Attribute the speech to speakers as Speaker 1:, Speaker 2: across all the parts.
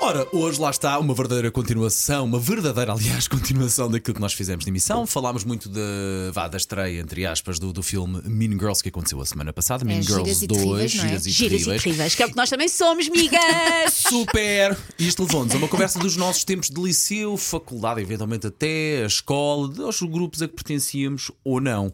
Speaker 1: Ora, hoje lá está uma verdadeira continuação, uma verdadeira, aliás, continuação daquilo que nós fizemos na emissão. Falámos muito de, vá, da estreia, entre aspas, do, do filme Mean Girls que aconteceu a semana passada. Mean Girls
Speaker 2: giras e
Speaker 1: 2,
Speaker 2: terríveis, não é?
Speaker 1: Giras e
Speaker 2: Giras e
Speaker 1: Terríveis.
Speaker 2: terríveis, que é o que nós também somos, migas!
Speaker 1: Super! Isto levou-nos a uma conversa dos nossos tempos de liceu, faculdade, eventualmente até a escola, aos grupos a que pertencíamos ou não.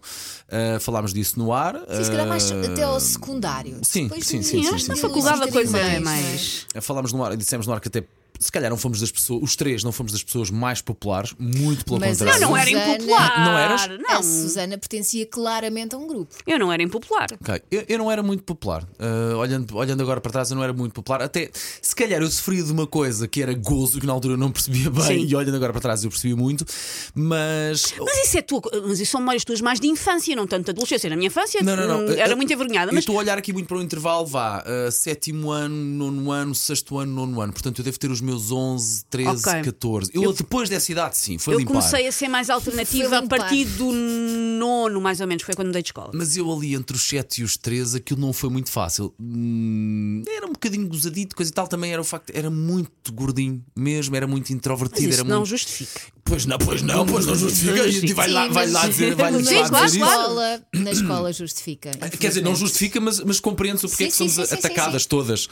Speaker 1: Ah, falámos disso no ar.
Speaker 2: Isso
Speaker 1: Ah,
Speaker 2: era mais até ao secundário.
Speaker 1: sim,
Speaker 2: Depois
Speaker 1: sim,
Speaker 2: do-
Speaker 1: sim, sim,
Speaker 2: depois
Speaker 1: sim,
Speaker 2: do
Speaker 1: sim. Eh,
Speaker 2: liceu
Speaker 3: Faculdade a
Speaker 2: um
Speaker 3: coisa
Speaker 2: bocadinho
Speaker 3: é
Speaker 2: não
Speaker 3: mais.
Speaker 1: Falámos no ar, dissemos no ar que até. Se calhar não fomos das pessoas, os três não fomos das pessoas mais populares, muito pelo
Speaker 2: Mas é-
Speaker 1: contrário.
Speaker 3: Eu não era
Speaker 2: Susana-
Speaker 3: impopular.
Speaker 1: Não eras?
Speaker 2: A
Speaker 3: Não.
Speaker 2: Susana pertencia claramente a um grupo.
Speaker 3: Eu não era impopular.
Speaker 1: Ok, eu, eu não era muito popular. Ah, olhando, olhando agora para trás, eu não era muito popular. Até se calhar eu sofri de uma coisa que era gozo, que na altura eu não percebia bem,
Speaker 3: Sim.
Speaker 1: e olhando agora para trás eu percebi muito, mas.
Speaker 3: Mas isso é tua, mas isso são memórias tuas mais de infância, não tanto de adolescência. Na minha infância
Speaker 1: Não, não, não.
Speaker 3: hum, era
Speaker 1: Eu-
Speaker 3: muito envergonhada,
Speaker 1: Eu
Speaker 3: mas
Speaker 1: estou a olhar aqui muito para o intervalo, vá, ah, sétimo ano, nono ano, sexto ano, nono ano. Portanto, eu devo ter os meus 11, 13,
Speaker 3: Ok.
Speaker 1: 14. Eu, depois dessa idade, sim, foi
Speaker 3: eu
Speaker 1: limpar.
Speaker 3: comecei a ser mais alternativa
Speaker 2: Foi
Speaker 3: a
Speaker 2: limpar.
Speaker 3: partir do nono, mais ou menos, foi quando mudei de escola.
Speaker 1: Mas eu ali entre os 7 e os 13, aquilo não foi muito fácil. Hum, era um bocadinho gozadito, coisa e tal. Também era o facto, era muito gordinho mesmo, era muito
Speaker 3: Mas
Speaker 1: introvertido.
Speaker 3: isso
Speaker 1: era
Speaker 3: não
Speaker 1: muito...
Speaker 3: justifica.
Speaker 1: Pois não, pois não, pois não justifica.
Speaker 3: Não
Speaker 1: E vai lá,
Speaker 2: Sim,
Speaker 1: vai
Speaker 2: mas-
Speaker 1: lá dizer, vai lá
Speaker 2: mas
Speaker 1: dizer
Speaker 3: Sim, claro,
Speaker 1: isso.
Speaker 2: na,
Speaker 3: claro.
Speaker 2: escola, na escola justifica.
Speaker 1: Quer dizer, não justifica, mas, mas compreende-se o porque
Speaker 2: Sim,
Speaker 1: é que
Speaker 2: sim,
Speaker 1: somos
Speaker 2: sim, sim, sim,
Speaker 1: atacadas todas.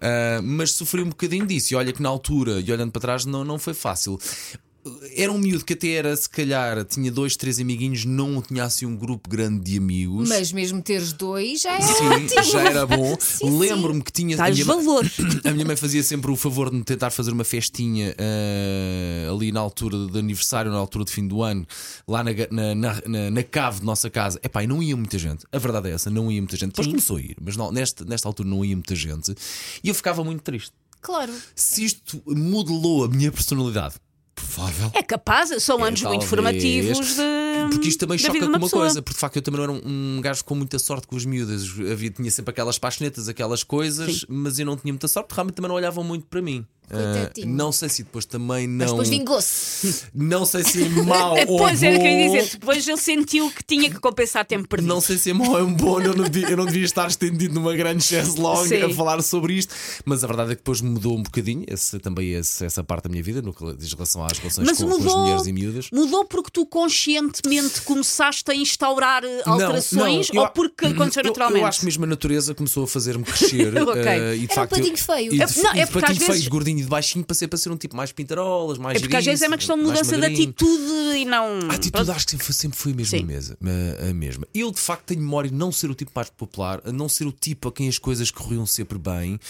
Speaker 1: Ah, mas sofri um bocadinho disso. E olha que na altura, e olhando para trás, não, não foi fácil. Era um miúdo que até era, se calhar, tinha dois, três amiguinhos, não tinha assim um grupo grande de amigos.
Speaker 2: Mas mesmo teres dois já é.
Speaker 1: Sim, já era bom.
Speaker 2: sim.
Speaker 1: Lembro-me que tinha. a
Speaker 3: Dás
Speaker 1: minha-
Speaker 3: valor.
Speaker 1: a minha mãe fazia sempre o favor de me tentar fazer uma festinha eh, ali na altura de aniversário, na altura de fim do ano, lá na, ga- na, na, na- na cave de nossa casa. Epá, e não ia muita gente. A verdade é essa, não ia muita gente. Depois começou a ir, mas não, nesta, nesta altura não ia muita gente. E eu ficava muito triste.
Speaker 2: Claro.
Speaker 1: Se isto modelou a minha personalidade, provável.
Speaker 3: É capaz, são anos muito
Speaker 1: talvez.
Speaker 3: formativos de.
Speaker 1: Porque isto também
Speaker 3: da
Speaker 1: choca
Speaker 3: vida
Speaker 1: com
Speaker 3: de uma
Speaker 1: uma
Speaker 3: pessoa.
Speaker 1: coisa, porque de facto eu também não era um, um gajo com muita sorte com as miúdas. Havia, tinha sempre aquelas paixonetas, aquelas coisas, mas eu não tinha muita sorte, porque realmente também não olhavam muito para mim. Ah,
Speaker 2: Coitadinho.
Speaker 1: não sei se depois também
Speaker 2: Mas
Speaker 1: não.
Speaker 2: depois vingou-se.
Speaker 1: Não sei se é mau ou
Speaker 3: Depois era o que eu ia
Speaker 1: bom.
Speaker 3: dizer, depois ele sentiu que tinha que compensar tempo perdido.
Speaker 1: Não sei se é mau ou é um bom, eu não, devia, eu não devia estar estendido numa grande chaise
Speaker 3: Sim.
Speaker 1: longa a falar sobre isto, mas a verdade é que depois mudou um bocadinho esse, também esse- essa parte da minha vida, no que diz relação às relações
Speaker 3: Mas
Speaker 1: com, com as
Speaker 3: mudou,
Speaker 1: mulheres e miúdas.
Speaker 3: mudou porque tu conscientemente começaste a instaurar eh, alterações
Speaker 1: não, eu
Speaker 3: ou
Speaker 1: a- Hum,
Speaker 3: porque aconteceu
Speaker 1: eu-
Speaker 3: naturalmente?
Speaker 1: Eu acho que mesmo a natureza começou a fazer-me crescer.
Speaker 3: Ok.
Speaker 1: eh, e de
Speaker 2: Era um
Speaker 1: facto, eu-
Speaker 2: patinho feio.
Speaker 1: E de,
Speaker 2: É-
Speaker 3: não,
Speaker 1: e
Speaker 3: é
Speaker 1: de
Speaker 3: porque às
Speaker 1: patinho feio,
Speaker 3: vezes-
Speaker 1: de gordinho e de baixinho, passei para ser um tipo mais pintarolas, mais
Speaker 3: É porque às vezes é uma
Speaker 1: giriço,
Speaker 3: questão de
Speaker 1: mais
Speaker 3: mudança de
Speaker 1: magrinho.
Speaker 3: atitude e não.
Speaker 1: A atitude acho que sempre foi, sempre foi a mesma
Speaker 3: Sim.
Speaker 1: mesa, a- a mesma. Eu de facto tenho memória de não ser o tipo mais popular, a não ser o tipo a quem as coisas corriam sempre bem.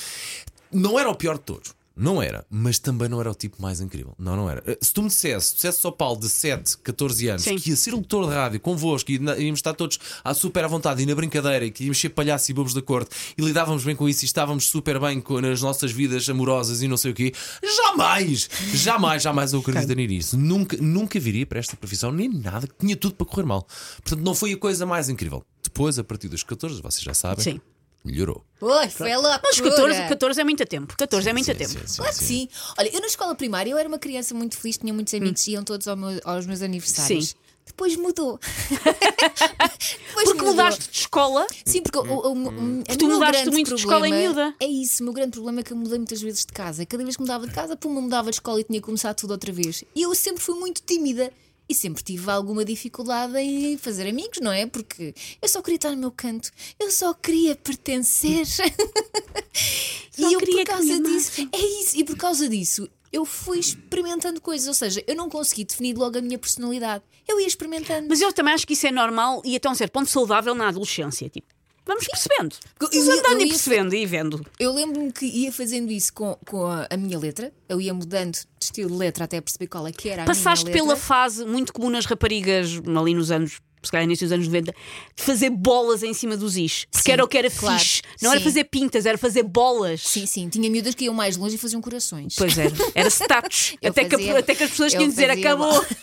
Speaker 1: Não era o pior de todos. Não era, mas também não era o tipo mais incrível. Não, não era. Eh, Se tu me dissesse, se dissesse ao Paulo de 7, 14 anos,
Speaker 3: Sim.
Speaker 1: que ia ser um locutor de rádio convosco e na- íamos estar todos à super à vontade e na brincadeira e que íamos ser palhaços e bobos da corte e lidávamos bem com isso e estávamos super bem com- nas nossas vidas amorosas e não sei o quê, jamais, jamais, jamais eu acreditaria nisso. Nunca, nunca viria para esta profissão, nem nada, que tinha tudo para correr mal. Portanto, não foi a coisa mais incrível. Depois, a partir dos 14, vocês já sabem,
Speaker 3: Sim.
Speaker 1: melhorou.
Speaker 2: Oi, foi ela.
Speaker 3: Mas 14, 14 é muito tempo. 14 é muito
Speaker 1: Sim,
Speaker 3: tempo.
Speaker 1: sim, sim,
Speaker 2: Claro que
Speaker 1: sim.
Speaker 2: sim. Olha, eu na escola primária eu era uma criança muito feliz, tinha muitos amigos, iam todos ao meu- aos meus aniversários.
Speaker 3: Hum. Sim.
Speaker 2: Depois mudou. Depois
Speaker 3: Porque
Speaker 2: mudou.
Speaker 3: mudaste de escola,
Speaker 2: Sim, porque o, o, o, o
Speaker 3: tu
Speaker 2: meu
Speaker 3: mudaste
Speaker 2: grande
Speaker 3: muito de escola
Speaker 2: problema
Speaker 3: em miúda.
Speaker 2: É isso, o meu grande problema é que eu mudei muitas vezes de casa. Cada vez que mudava de casa, puma, mudava de escola e tinha que começar tudo outra vez. E eu sempre fui muito tímida. E sempre tive alguma dificuldade em fazer amigos, não é? Porque eu só queria estar no meu canto, eu só queria pertencer.
Speaker 3: Só
Speaker 2: e eu por
Speaker 3: queria que
Speaker 2: causa
Speaker 3: me
Speaker 2: disso, é isso, e por causa disso eu fui experimentando coisas, ou seja, eu não consegui definir logo a minha personalidade. Eu ia experimentando.
Speaker 3: mas eu também acho que isso é normal e até um certo ponto saudável na adolescência. Tipo, vamos percebendo.
Speaker 2: Eu
Speaker 3: Vamos
Speaker 2: ia-
Speaker 3: andando
Speaker 2: eu
Speaker 3: e
Speaker 2: ia-
Speaker 3: percebendo e vendo.
Speaker 2: Eu lembro-me que ia fazendo isso com, com a, a minha letra. Eu ia mudando de estilo de letra até perceber qual é que era a
Speaker 3: Passaste
Speaker 2: minha
Speaker 3: pela
Speaker 2: letra.
Speaker 3: fase muito comum nas raparigas, ali nos anos, se calhar início dos anos 90, de fazer bolas em cima dos is. Porque
Speaker 2: Sim,
Speaker 3: era o que era
Speaker 2: claro.
Speaker 3: fixe. Não era
Speaker 2: Sim.
Speaker 3: fazer pintas, era fazer bolas.
Speaker 2: Sim, sim. Tinha miúdas que iam mais longe e faziam corações.
Speaker 3: Pois era. Era status.
Speaker 2: Eu
Speaker 3: até, que,
Speaker 2: fazia-
Speaker 3: até que as pessoas
Speaker 2: eu
Speaker 3: tinham de dizer
Speaker 2: fazia
Speaker 3: acabou.
Speaker 2: lá.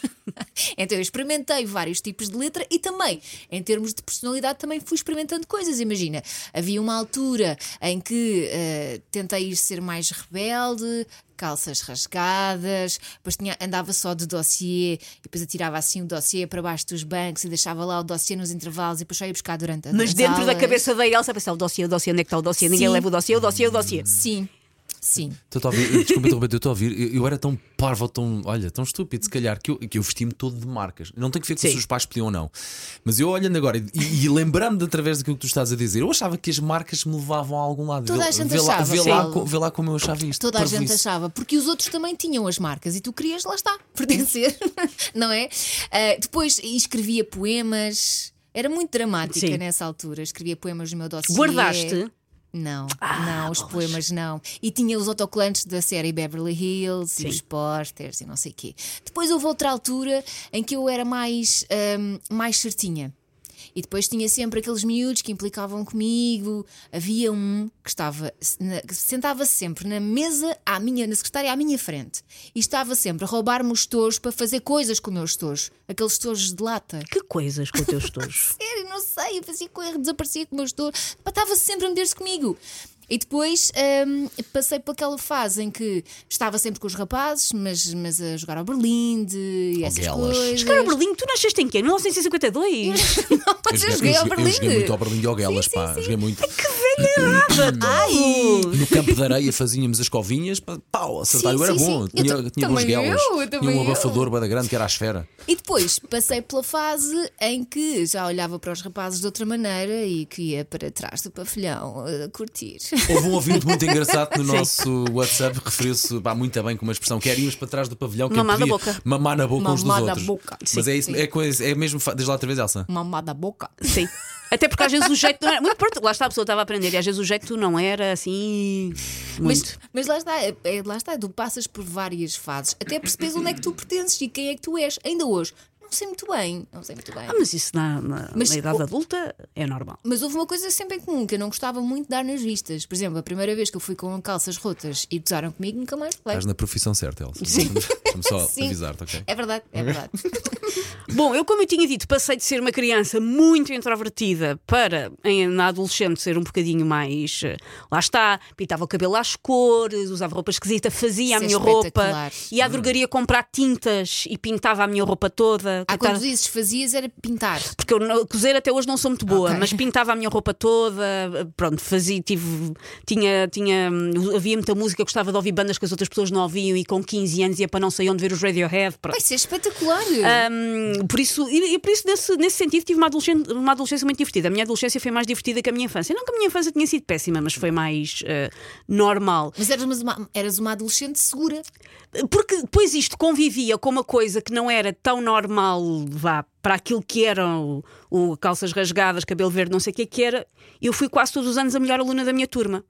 Speaker 2: então eu experimentei vários tipos de letra e também, em termos de personalidade, também fui experimentando coisas. Imagina, havia uma altura em que eh, tentei ir ser mais rebelde, calças rasgadas, depois tinha, andava só de dossiê e depois atirava assim o dossiê para baixo dos bancos e deixava lá o dossiê nos intervalos e depois só ia buscar durante a
Speaker 3: Mas dentro da cabeça da Elsa pensava: o dossiê, o dossiê, onde é que está o dossiê? Ninguém
Speaker 2: Sim.
Speaker 3: leva o dossiê, o dossiê, o dossiê.
Speaker 2: Sim, sim.
Speaker 1: Estou a ouvir, desculpa interromper, eu estou a ouvir. Eu, eu era tão parvo, tão, olha, tão estúpido, se calhar, que eu, que eu vesti-me todo de marcas. Eu Não tenho que ver com
Speaker 3: Sim.
Speaker 1: se os pais pediam ou não. Mas eu olhando agora e, e lembrando-me através daquilo que tu estás a dizer, eu achava que as marcas me levavam a algum lado.
Speaker 2: Toda
Speaker 1: vê,
Speaker 2: a gente
Speaker 1: vê lá,
Speaker 2: achava,
Speaker 1: vê, lá,
Speaker 2: Paulo.
Speaker 1: co- vê lá como eu achava isto.
Speaker 2: Toda a gente
Speaker 1: parvoíce.
Speaker 2: achava, porque os outros também tinham as marcas e tu querias, lá está, pertencer, não é? Ah, depois escrevia poemas, era muito dramática
Speaker 3: Sim.
Speaker 2: nessa altura, escrevia poemas no meu dossiê.
Speaker 3: Guardaste?
Speaker 2: Não, não, os poemas não. E tinha os autocolantes da série Beverly Hills e os posters e não sei o quê. Depois houve outra altura em que eu era mais, hum, mais certinha. E depois tinha sempre aqueles miúdos que implicavam comigo. Havia um que estava na- que sentava-se sempre na mesa à minha, na secretária à minha frente. E estava sempre a roubar-me os tojos para fazer coisas com os meus tojos. Aqueles tojos de lata
Speaker 3: Que coisas com os teus tojos.
Speaker 2: sério, não sei, eu fazia coisa, desaparecia com o meu gestor, Pá, estava sempre a meter-se comigo. E depois hum, passei por aquela fase em que estava sempre com os rapazes, mas, mas a jogar ao Berlinde e essas
Speaker 1: delas.
Speaker 2: coisas.
Speaker 3: Cara, Berlim, tu nasceste em quê? 1952?
Speaker 2: Não, mas eu, joguei ao
Speaker 1: eu joguei muito
Speaker 2: Berlinde.
Speaker 1: ao Berlim e ao Guelas,
Speaker 2: sim,
Speaker 1: pá.
Speaker 2: sim.
Speaker 1: Joguei muito.
Speaker 3: Ai!
Speaker 1: No campo de areia fazíamos as covinhas, pá, pau, acertar.
Speaker 2: Sim,
Speaker 1: eu era
Speaker 2: sim,
Speaker 1: bom,
Speaker 2: sim. Eu
Speaker 1: tinha,
Speaker 2: ta-
Speaker 1: tinha bons
Speaker 2: também
Speaker 1: guelas.
Speaker 2: eu,
Speaker 1: Tinha
Speaker 2: também
Speaker 1: um
Speaker 2: eu.
Speaker 1: abafador bada grande que era à esfera.
Speaker 2: E depois passei pela fase em que já olhava para os rapazes de outra maneira e que ia para trás do pavilhão a curtir.
Speaker 1: Houve um ouvinte muito engraçado no nosso WhatsApp que referiu-se pá, muito bem com uma expressão que era irmos para trás do pavilhão que
Speaker 3: Mamar na
Speaker 1: impedia
Speaker 3: boca.
Speaker 1: mamar na boca uns dos
Speaker 2: Mamar na
Speaker 1: outros.
Speaker 2: boca.
Speaker 1: Mas
Speaker 2: Sim,
Speaker 1: é, isso,
Speaker 2: sim.
Speaker 1: é, coisa, é mesmo. fa- Diz lá outra vez, Elsa.
Speaker 2: Mamada a boca.
Speaker 3: Sim. Até porque às vezes o jeito não era. Muito pronto, lá está, a pessoa estava a aprender. E às vezes o jeito não era assim. Muito.
Speaker 2: Mas, mas lá está, é- é- lá está, tu passas por várias fases até percebes onde é que tu pertences e quem é que tu és, ainda hoje. Não sei muito bem, não sei muito bem.
Speaker 3: Ah, mas isso na, na,
Speaker 2: Mas
Speaker 3: na idade
Speaker 2: o-
Speaker 3: adulta é normal.
Speaker 2: Mas houve uma coisa sempre em comum que eu não gostava muito de dar nas vistas. Por exemplo, a primeira vez que eu fui com calças rotas e gozaram comigo, nunca mais falei.
Speaker 1: Estás na profissão certa, Elsa. Deixa-me só
Speaker 2: Sim.
Speaker 1: avisar-te, ok?
Speaker 2: É verdade, é verdade.
Speaker 3: Bom, eu, como eu tinha dito, passei de ser uma criança muito introvertida para, em- na adolescente, ser um bocadinho mais. eh, Lá está, pintava o cabelo às cores, usava roupa esquisita, fazia a
Speaker 2: Isso é
Speaker 3: minha roupa,
Speaker 2: espetacular.
Speaker 3: ia à drogaria comprar tintas e pintava a minha roupa toda.
Speaker 2: Ah,
Speaker 3: Coitada-
Speaker 2: quando dizes fazias era pintar.
Speaker 3: porque eu não- cozer até hoje não sou muito boa,
Speaker 2: Ok.
Speaker 3: mas pintava a minha roupa toda, pronto, fazia, tive, tinha, tinha, hum, havia muita música, eu gostava de ouvir bandas que as outras pessoas não ouviam e com 15 anos ia para não sei onde ver os Radiohead. pronto.
Speaker 2: Vai ser espetacular.
Speaker 3: Hum, por isso, e, e por isso nesse, nesse sentido, tive uma adolescente- uma adolescência, muito divertida. A minha adolescência foi mais divertida que a minha infância. Não que a minha infância tinha sido péssima, mas foi mais eh, normal.
Speaker 2: Mas eras uma, eras uma adolescente segura.
Speaker 3: Porque depois isto convivia com uma coisa que não era tão normal vá, para aquilo que eram o, o calças rasgadas, cabelo verde, não sei o que é que era. Eu fui quase todos os anos a melhor aluna da minha turma.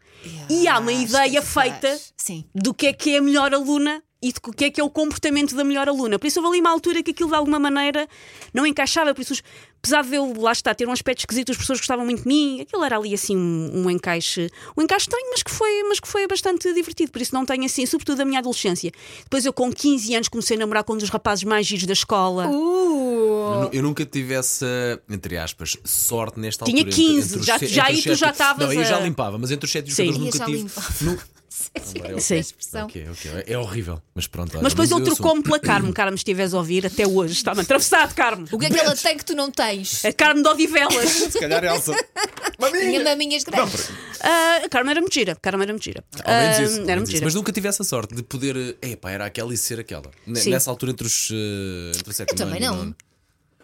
Speaker 3: e há uma
Speaker 2: Ah,
Speaker 3: ideia
Speaker 2: espetacular.
Speaker 3: feita
Speaker 2: Sim.
Speaker 3: do que é que é a melhor aluna e do que é que é o comportamento da melhor aluna. Por isso houve ali uma altura que aquilo de alguma maneira não encaixava. Por isso, os- apesar de eu lá estar ter um aspecto esquisito, as pessoas gostavam muito de mim. Aquilo era ali assim um, um encaixe, um encaixe estranho, mas que, foi, mas que foi bastante divertido. Por isso não tenho assim, sobretudo a minha adolescência. Depois eu com 15 anos comecei a namorar com um dos rapazes mais giros da escola. Oh.
Speaker 1: Eu, nu- eu nunca tive essa, entre aspas, sorte nesta
Speaker 3: Tinha
Speaker 1: altura. entre-
Speaker 3: 15,
Speaker 1: entre os
Speaker 3: já-
Speaker 1: se-
Speaker 3: já
Speaker 1: entre
Speaker 3: aí
Speaker 1: os
Speaker 3: tu
Speaker 1: sete-
Speaker 3: já estavas
Speaker 1: Não, eu já
Speaker 3: a-
Speaker 1: limpava, mas entre os 7 e os
Speaker 3: Sim.
Speaker 1: 14 nunca
Speaker 2: Ia já
Speaker 1: tive.
Speaker 2: limpava.
Speaker 1: Nunca...
Speaker 2: Sério, essa
Speaker 3: Sim.
Speaker 2: expressão.
Speaker 1: Ok, ok. É horrível. Mas pronto, olha,
Speaker 3: Mas depois ele
Speaker 1: eu um- assumo.
Speaker 3: trocou-me pela Carmo. Carmo, se estiveres a ouvir, até hoje está-me atravessado, Carmo.
Speaker 2: O que é que ela tem que tu não tens?
Speaker 3: A Carmo de Odivelas.
Speaker 1: Se calhar, Elsa.
Speaker 2: Tinha maminhas grandes.
Speaker 3: Ah, a Carmen era muito gira. A Carmen era muito gira.
Speaker 1: Ao menos isso, ao
Speaker 3: Ah, era
Speaker 1: menos
Speaker 3: muito
Speaker 1: isso.
Speaker 3: gira.
Speaker 1: Mas nunca tive essa sorte de poder. eh, Epá, era aquela e ser aquela. N-
Speaker 3: Sim.
Speaker 1: Nessa altura entre os. eh, Entre o sétimo
Speaker 2: Eu também
Speaker 1: ano e o
Speaker 2: não.
Speaker 1: nono.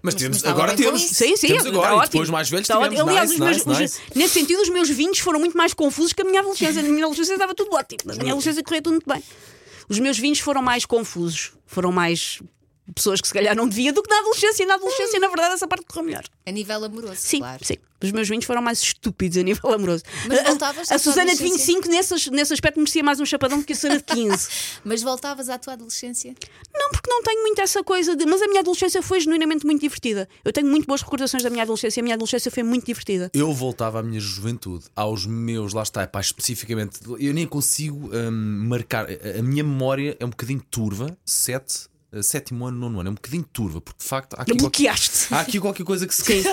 Speaker 1: Mas, temos,
Speaker 2: estava
Speaker 1: agora
Speaker 2: bem com
Speaker 1: temos.
Speaker 2: isso.
Speaker 3: Sim, sim,
Speaker 1: temos
Speaker 3: está
Speaker 1: agora. e
Speaker 3: ótimo.
Speaker 1: depois mais velhos
Speaker 3: Está
Speaker 1: tivemos.
Speaker 3: ótimo. Aliás,
Speaker 1: nice,
Speaker 3: os meus-
Speaker 1: nice,
Speaker 3: os-
Speaker 1: nice.
Speaker 3: nesse sentido, os meus vinhos foram muito mais confusos que a minha adolescência. Na minha adolescência estava tudo ótimo. Na
Speaker 1: Uhum.
Speaker 3: minha adolescência corria tudo muito bem. Os meus vinhos foram mais confusos. Foram mais pessoas que se calhar não devia do que na adolescência. E na adolescência, na verdade, essa parte correu melhor.
Speaker 2: A nível amoroso,
Speaker 3: Sim,
Speaker 2: claro.
Speaker 3: sim. Os meus vinhos foram mais estúpidos a nível amoroso.
Speaker 2: Mas
Speaker 3: A- a-
Speaker 2: voltavas
Speaker 3: a,
Speaker 2: à tua
Speaker 3: Susana de
Speaker 2: adolescência?
Speaker 3: 25, nessas, nesse aspecto, merecia mais um chapadão do que a Susana de 15.
Speaker 2: Mas voltavas à tua adolescência?
Speaker 3: Não, porque não tenho muito essa coisa de. Mas a minha adolescência foi genuinamente muito divertida. Eu tenho muito boas recordações da minha adolescência. A minha adolescência foi muito divertida.
Speaker 1: Eu voltava à minha juventude, aos meus, lá está, pá, especificamente. Eu nem consigo hum, marcar. A a minha memória é um bocadinho turva. Sete, eh, sétimo ano, nono ano. É um bocadinho turva, porque de facto há aqui, qualquer,
Speaker 3: Bloqueaste.
Speaker 1: há aqui qualquer coisa que se.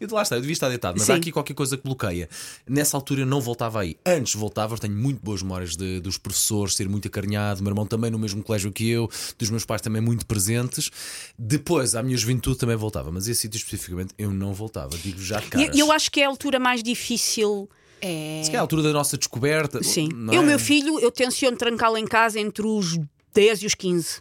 Speaker 1: Eu lá está, eu devia estar deitado, mas
Speaker 3: Sim.
Speaker 1: há aqui qualquer coisa que bloqueia. Nessa altura eu não voltava aí. Antes voltava, eu tenho muito boas memórias de- dos professores, ser muito acarinhado, meu irmão também no mesmo colégio que eu, dos meus pais também muito presentes. Depois, à minha juventude também voltava, mas esse sítio especificamente eu não voltava, digo já de caras.
Speaker 3: E eu acho que é a altura mais difícil.
Speaker 2: É.
Speaker 1: Se calhar a altura da nossa descoberta.
Speaker 3: Sim.
Speaker 1: não
Speaker 3: Eu,
Speaker 1: é?
Speaker 3: meu filho, eu tenciono trancá-lo em casa entre os 10 e os 15.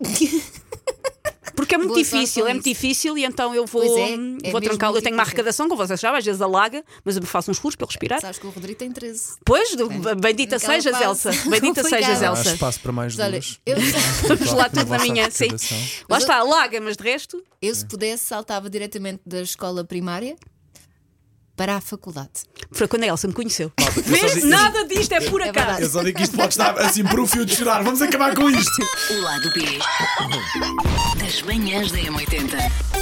Speaker 3: Porque é muito
Speaker 2: Boa sorte
Speaker 3: difícil,
Speaker 2: com
Speaker 3: é muito
Speaker 2: isso.
Speaker 3: difícil e então eu vou,
Speaker 2: Pois é, é
Speaker 3: vou
Speaker 2: mesmo
Speaker 3: trancá-lo. Eu
Speaker 2: muito
Speaker 3: tenho uma
Speaker 2: difícil.
Speaker 3: arrecadação, como vocês sabem, às vezes alaga, mas eu faço uns furos para ele respirar.
Speaker 2: Sabes que o Rodrigo tem 13.
Speaker 3: Pois, bendita
Speaker 2: Aquela
Speaker 3: sejas,
Speaker 2: fase
Speaker 3: Elsa. Bendita
Speaker 2: complicada.
Speaker 3: sejas,
Speaker 1: Há
Speaker 3: Elsa.
Speaker 1: espaço para mais
Speaker 2: Mas olha,
Speaker 1: duas.
Speaker 2: eu-
Speaker 3: Vamos lá, tudo na
Speaker 1: vossa
Speaker 3: minha, sim.
Speaker 1: arrecadação.
Speaker 3: Lá está, alaga, mas de resto.
Speaker 2: Eu, se pudesse, saltava diretamente da escola primária para a faculdade.
Speaker 3: Foi quando a Elsa me conheceu.
Speaker 1: eu só
Speaker 3: Vês?
Speaker 1: digo-
Speaker 3: Nada disto é por
Speaker 2: verdade.
Speaker 3: acaso.
Speaker 1: Eu só digo que isto pode estar assim por um fio de chorar. Vamos acabar com isto.
Speaker 4: O lado B das manhãs da M80.